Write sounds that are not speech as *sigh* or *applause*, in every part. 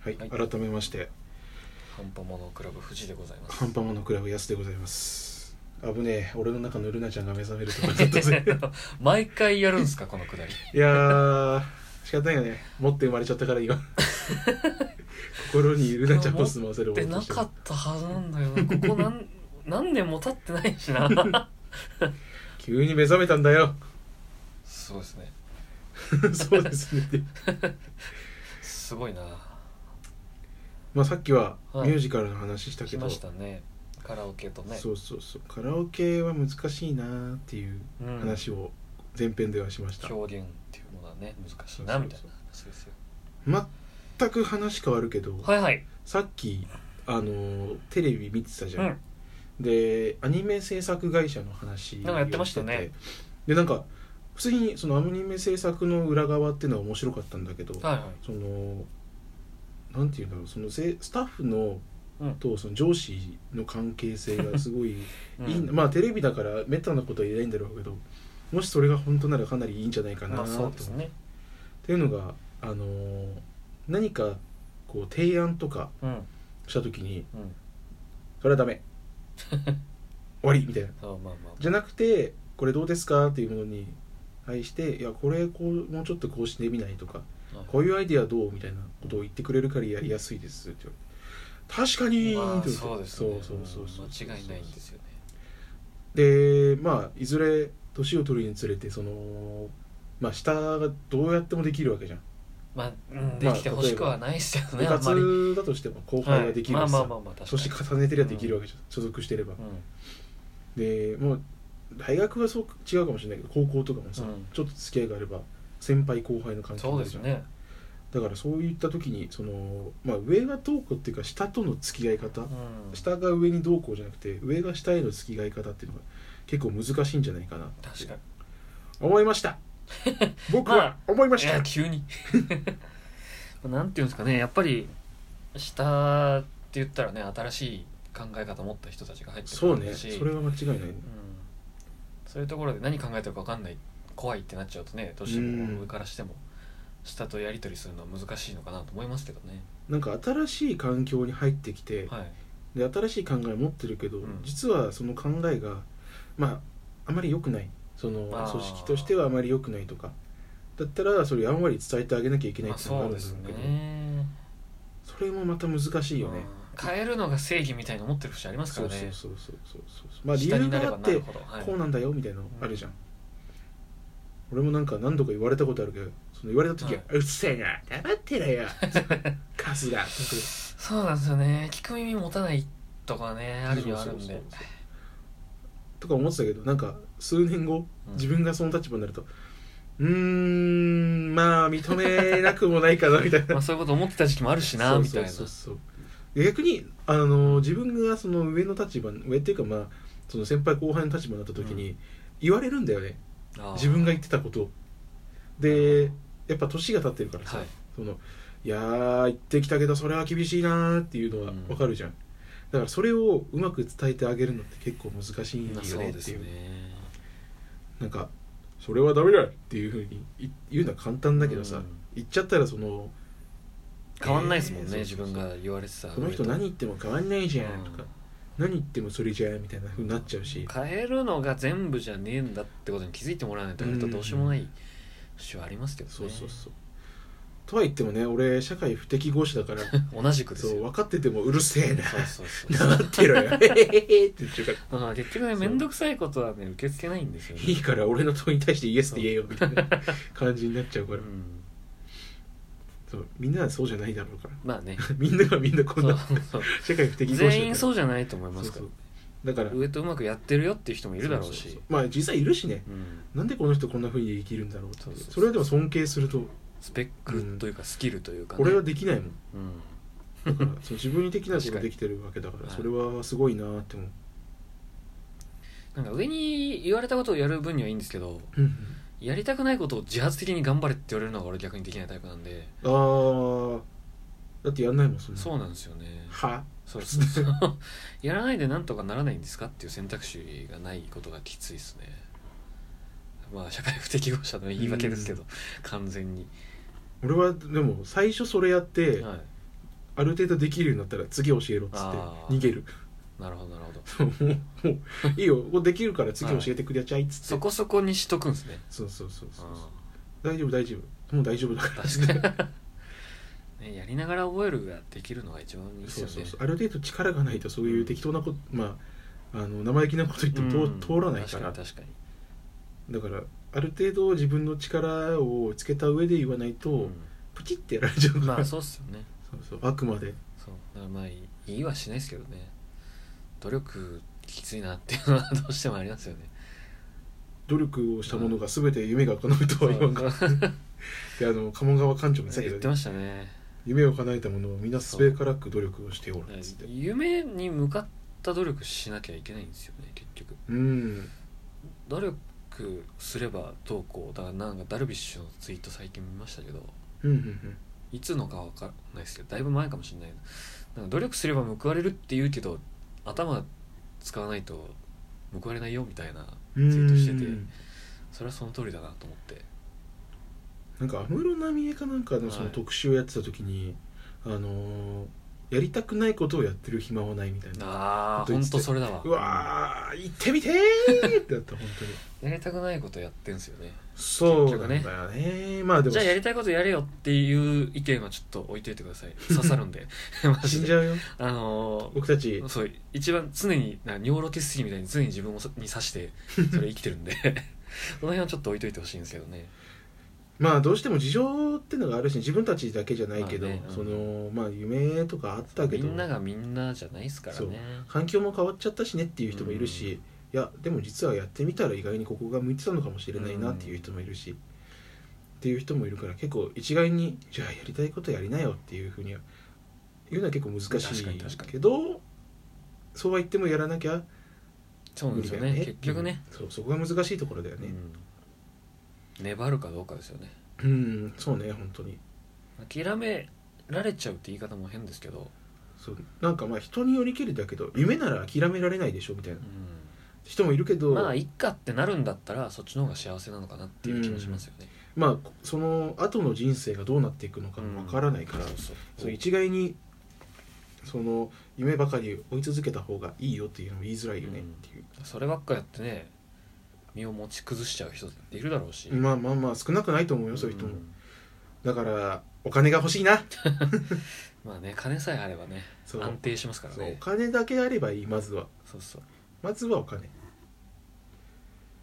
はい、はい改めまして半端ものクラブ富士でございま *laughs* す半端ものクラブ安でございます危ねえ俺の中のルナちゃんが目覚めるとかだった *laughs* ぜ毎回やるんすかこのくだりいやー仕方ないよね持って生まれちゃったから *laughs* 今心にルナちゃんを住ませるで俺なとしてか *laughs* はったはずなんだよなここ何何年も経ってないしな急に目覚めたんだ *laughs* よそうですねそうですねってすごいなまあさっきははいミュージカルの話したけ来ど、ましたねカラオケとねそうそうそうカラオケは難しいなーっていううん話を前編ではしました、表現っていうのがね難しいそなうそうそうみたいな話ですよ全く話変わるけど、はいはいさっきあのーテレビ見てたじうゃん、んでアニメ制作会社の話なんかやってましたねをててでなんか普通にそのアニメ制作の裏側っていうのは面白かったんだけど、はいはいそのなんていうんだろうそのせスタッフのうんとその上司の関係性がす *laughs* ごいいうんい、まあテレビだからめったなことは言えないんだろうけどもしそれが本当ならかなりいいんじゃないかなまあとそうですねっていうのが、あのー何かこう提案とかうんした時にうんそれはダメ終わりみたいなそうまあまあじゃなくてこれどうですかっていうものに対していやこれこうもうちょっとこうしてみないとかはいこういうアイディアどうみたいなことを言ってくれるからやりやすいですって言われて確かにまあって言われてそうですねそうそうそうそう間違いないんですよねでまあいずれ年を取るにつれてそのまあ下がどうやってもできるわけじゃんまあうんできてほしくはないですよ部ねあんまり活だとしても後輩ができるはいしまあさまあまあまあ確かに年重ねてりゃできるわけじゃん所属してればでもう大学はそう違うかもしれないけど高校とかもさ、うんちょっと付き合いがあれば先輩後輩のう関係んにそなうるじですゃんねだからそういった時にその、まあ、上がどうこうっていうか下との付き合い方、うん下が上にどうこうじゃなくて上が下への付き合い方っていうのが結構難しいんじゃないかなって確かに思いました *laughs* 僕は思いましいた、や急に *laughs* なんていうんですかねやっぱり下って言ったらね新しい考え方持った人たちが入ってくそうるんねだしそれは間違いないねうん、そういうところで何考えてるか分かんない怖いってなっちゃうとねどうしてうんも上からしても下とやり取りするのは難しいのかなと思いますけどねなんか新しい環境に入ってきて、はいで新しい考えを持ってるけど、うん実はその考えがまああまり良くないそのあー組織としてはあまり良くないとかだったらそれやんわり伝えてあげなきゃいけないまあっていうのがそあうるんでだろうけすど、ねそれもまた難しいよねうん変えるのが正義みたいな思ってる節ありますそからうそうねそうそうそうそうまあ理下由にがなれあばっなてるほど、はい、こうなんだよみたいなのあるじゃん、俺もなんか何度か言われたことあるけどその言われた時はは「うっせえな黙ってろ *laughs* よカスだ」そうなんですよね聞く耳持たないとかねあるにはあるんでそうそうそうそうとか思ってたけどなんか数年後うん自分がその立場になるとうーんまあ認めなくもないかなみたいまなあそういうこと思ってた時期もあるしなみたいなそうそうそうそう逆にあの自分がその上の立場上っていうかまあその先輩後輩の立場になった時に言われるんだよね、ああ自分が言ってたことをでやっぱ年が経ってるからさ、はいそのいやー言ってきたけどそれは厳しいなーっていうのはわかるじゃん、だからそれをうまく伝えてあげるのって結構難しいまあそようねっでてすいうねなんか「それはダメだ!」っていうふうにい言うのは簡単だけどさ、うん言っちゃったらその変わんないですもんえーね、そう自分が言われて「たこの人何言っても変わんないじゃ」うんんとか、何言ってもそれじゃん」みたいなふうになっちゃうし、変えるのが全部じゃねえんだってことに気づいてもらわないと割とどうしようもない節はありますけどねそうそうそうとは言ってもね俺社会不適合者だから同じくですそうよ分かっててもうるせえなそうそうそうそ *laughs* う黙ってろよへへへ *laughs* へって言っちゃうからだから結局ね面倒くさいことはね受け付けないんですよねいいから俺の問いに対してイエスって言えよみたいな感じになっちゃうかうら、んそうみんなはそうじゃないだろうから *laughs* まあねみんながみんなこんなそうそう社会不適合者だから全員そうじゃないと思いますそうかそうらだから上とうまくやってるよっていう人もいるだろうそそしそまあ実際いるしねうんなんでこの人こんなふうに生きるんだろうってそうそうそうそれはでも尊敬するとスペックというかスキルというかね俺はできないもんうだんからその自分にできないこ確とかがにできてるわけだからはいそれはすごいなって思うなんか上に言われたことをやる分にはいいんですけどうんやりたくないことを自発的に頑張れって言われるのが俺逆にできないタイプなんであーだってやんないもんそんなそうなんですよ *laughs* ねはそうそうそうやらないでなんとかならないんですかっていう選択肢がないことがきついですねまあ社会不適合者の言い訳ですけど完全に俺はでも最初それやってはいある程度できるようになったら次教えろっつってあー逃げるなるほどなるほどもうもう *laughs* いいよこれできるから次教えてくれちゃいっつって、そこそこにしとくんですねそうそうそうそううん大丈夫大丈夫もう大丈夫だから確かに *laughs* ねやりながら覚えるができるのが一番いいですそようそうねそうある程度力がないとそういう適当なこと、まああの生意気なこと言っても通,、うん通らないから確かに確かにだからある程度自分の力をつけた上で言わないと、プチってやられちゃううんから、まあそうっすよねそうそうあくまでそうだからまあいいいはしないですけどね努力きついなっていうのはどうしてもありますよね努力をしたものが全て夢が叶うとは言わんかっそうてあの鴨川館長も言ってたけ言ど、ってましたね夢を叶えたものは皆すべからく努力をしておるっつって夢に向かった努力しなきゃいけないんですよね結局うん努力すればどうこうだからなんかダルビッシュのツイート最近見ましたけどうんうんいつのかわからないですけどだいぶ前かもしれないなんか努力すれば報われるって言うけど頭使わないと報われないよみたいなツうイんートしててうんそれはその通りだなと思ってなんか安室奈美恵かなんかのそのはい特集をやってた時に、あのーやりたくないことをやってる暇はないみたいなああ本当ほにんとそれだわうわー行ってみてーってなった本当にやりたくないことやってんすよねそうなんだよねまあでもじゃあやりたいことやれよっていう意見はちょっと置いといてください刺さるんで *laughs* マ死ジんでじゃうよ *laughs* あの僕たちーそう一番常になニョーロティスみたいに常に自分をそに刺してそれ生きてるんで *laughs* その辺はちょっと置いといてほしいんですけどねまあどうしても事情っていうのがあるし自分たちだけじゃないけど、まあねうんそのまあ夢とかあったけみどんながみんなじゃないですからそうね環境も変わっちゃったしねっていう人もいるし、いやでも実はやってみたら意外にここが向いてたのかもしれないなっていう人もいるし、っていう人もいるから結構一概にじゃあやりたいことやりなよっていうふうには言うのは結構難し確かに確いかにけどそうは言ってもやらなきゃそうなん無で理すだよよねね結局ね、うんそうそこが難しいところだようねん粘るかどうかですよねうん、そうね本当に諦められちゃうって言い方も変ですけど、そうなんかまあ人によりけりだけど夢なら諦められないでしょみたいなう人もいるけど、ん、まあいっかってなるんだったらそっちの方が幸せなのかなっていう気もしますよね、まあその後の人生がどうなっていくのかもわからないから、そうそうそう一概にその夢ばかり追い続けた方がいいよっていうのも言いづらいよねっていう、そればっかやってね身を持ち崩しちゃう人っているだろうし、まあまあまあ少なくないと思うよそういう人も、んだからお金が欲しいなまあね金さえあればねそう安定しますからそうおね金だけあればいいまずはそうそうまずはお金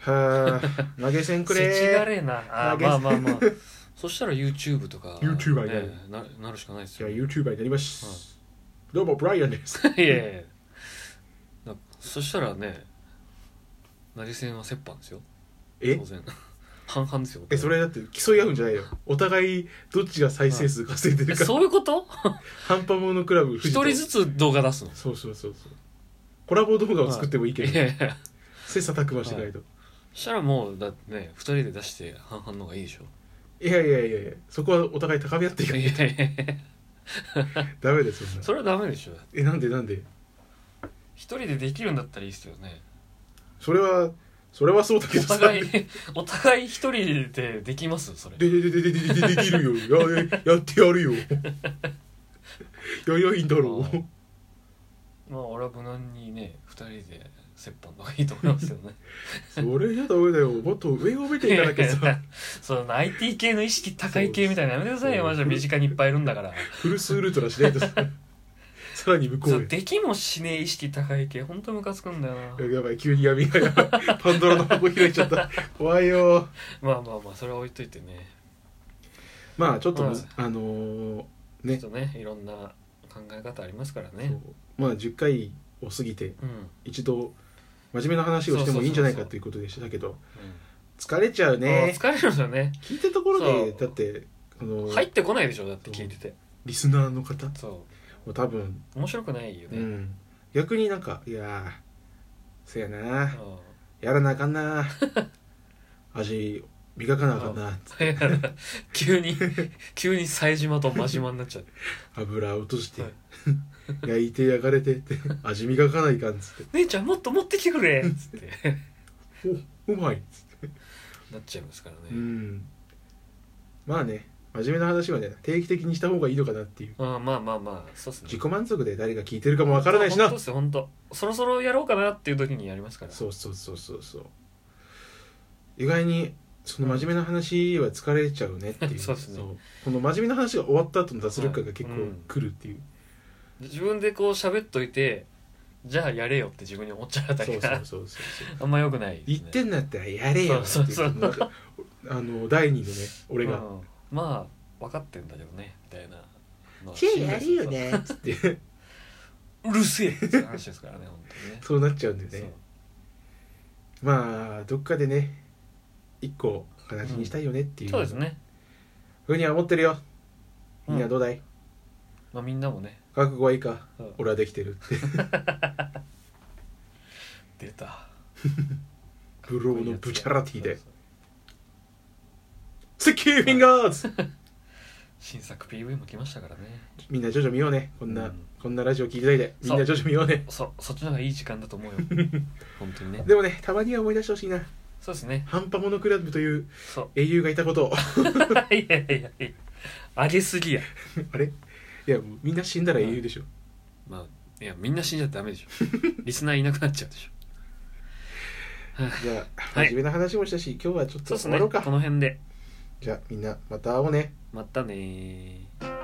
はあ *laughs* 投げ銭くれせちがれえなあ投ーげまあまあまあそしたら YouTube とか YouTuber になるねななるしかないですじゃよあね *laughs* YouTuber になります、どうもブライアンですいやいやいやなそしたらね投げ銭は折半ですよえ当然 *laughs* 半々ですよえそれだって競い合うんじゃないよお互いどっちが再生数稼いでえるかそういうこと半端者クラブ一藤田人ずつ動画出すのそうそうそうそうコラボ動画を作ってもいいけど、いやいや切磋琢磨してないと、そしたらもうだってね二人で出して半々の方がいいでしょい、やいやいやいやそこはお互い高め合っていかないいやいやいやダメですそんなそれはダメでしょえなんでなんで一人でできるんだったらいいですよねそれはそれはそうだけおどさ *laughs* 互いお互い一人でできますそれでででででででできるよややってやるよやりゃいいんだろあーまあ俺は無難にね二人で折半の方がいいと思いますよねうそれじゃダメだよもっと上を見ていかなきゃさ *laughs* その IT 系の意識高い系みたいなのやめてくださいよそうマジで身近にいっぱいいるんだからフルスウルトラしないとささらに向こそううできもしねえ意識高い系ほんとムカつくんだよなへやばい急に闇がやばいパンドラの箱開いちゃった怖いよまあまあまあそれは置いといてねまあちょっとむず、はいあのーちょねっとねいろんな考え方ありますからそねうまあ10回を過ぎてうん、うん、一度真面目な話をしてもいいんじゃないかということでしたけど疲れちゃうねね疲れるんですよね聞いたところでそだうってあの、入ってこないでしょだって聞いててリスナーの方もそう多分、う面白くないようね、うんん、逆になんかいやーそやなやらなあかんな *laughs* 味磨かなあかんな急に急に冴島と真島になっちゃう油落として、はい *laughs* 焼いて焼かれて *laughs* って味磨かないかんっつっ「姉ちゃんもっと持ってきてくれ!」っつって *laughs* ておうまいっつってなっちゃいますからね、うんまあね真面目な話はね定期的にした方がいいのかなっていうああまあまあまあそうっすね自己満足で誰が聞いてるかもわからないしな本当っすよ本当そろそろやろうかなっていう時にやりますからそうそうそうそうそう意外にその真面目な話は疲れちゃうねっていう *laughs* そうですねこの真面目な話が終わった後の脱力感が結構はいうん来るっていう、自分でこう喋っといてじゃあやれよって自分に思っちゃうだそけうそうがそうそうそう *laughs* あんま良くないで言すっねてんだったらやれよってそうそうそうなんかあの第二のね俺うがんまあ分かってんだけどねみたいな「のはじゃあやるよね」っつってうるせえっていう話ですからね本そうなっちゃうんだ当よにねねまあどっかでね一個形にしたいよねってそいううそうですね、ふうには思ってるようんみんなどうだい、まあ、みんなもね覚悟はいいかうん俺はできてるって出たブローのブチャラティでそうそう「スッキーフィンガーズ!」新作 PV も来ましたからねみんな徐々見ようねこんな、うんこんなラジオ聞いてないでみんな徐々見ようねそそっちの方がいい時間だ *laughs* と思うよ本当にねでもねたまには思い出してほしいなそうですねハンパモノクラブという *laughs* そう英雄がいたことをいやいやいやいやあげすぎやあれいやもうみんな死んだら英雄でしょ、まあいやみんな死んじゃダ *laughs* メでしょリスナーいなくなっちゃうでしょじゃあ、はい真面目な話もしたし今日はちょっそとうです終ねわろうこか、の辺でじゃあみんなまた会おうねまたねー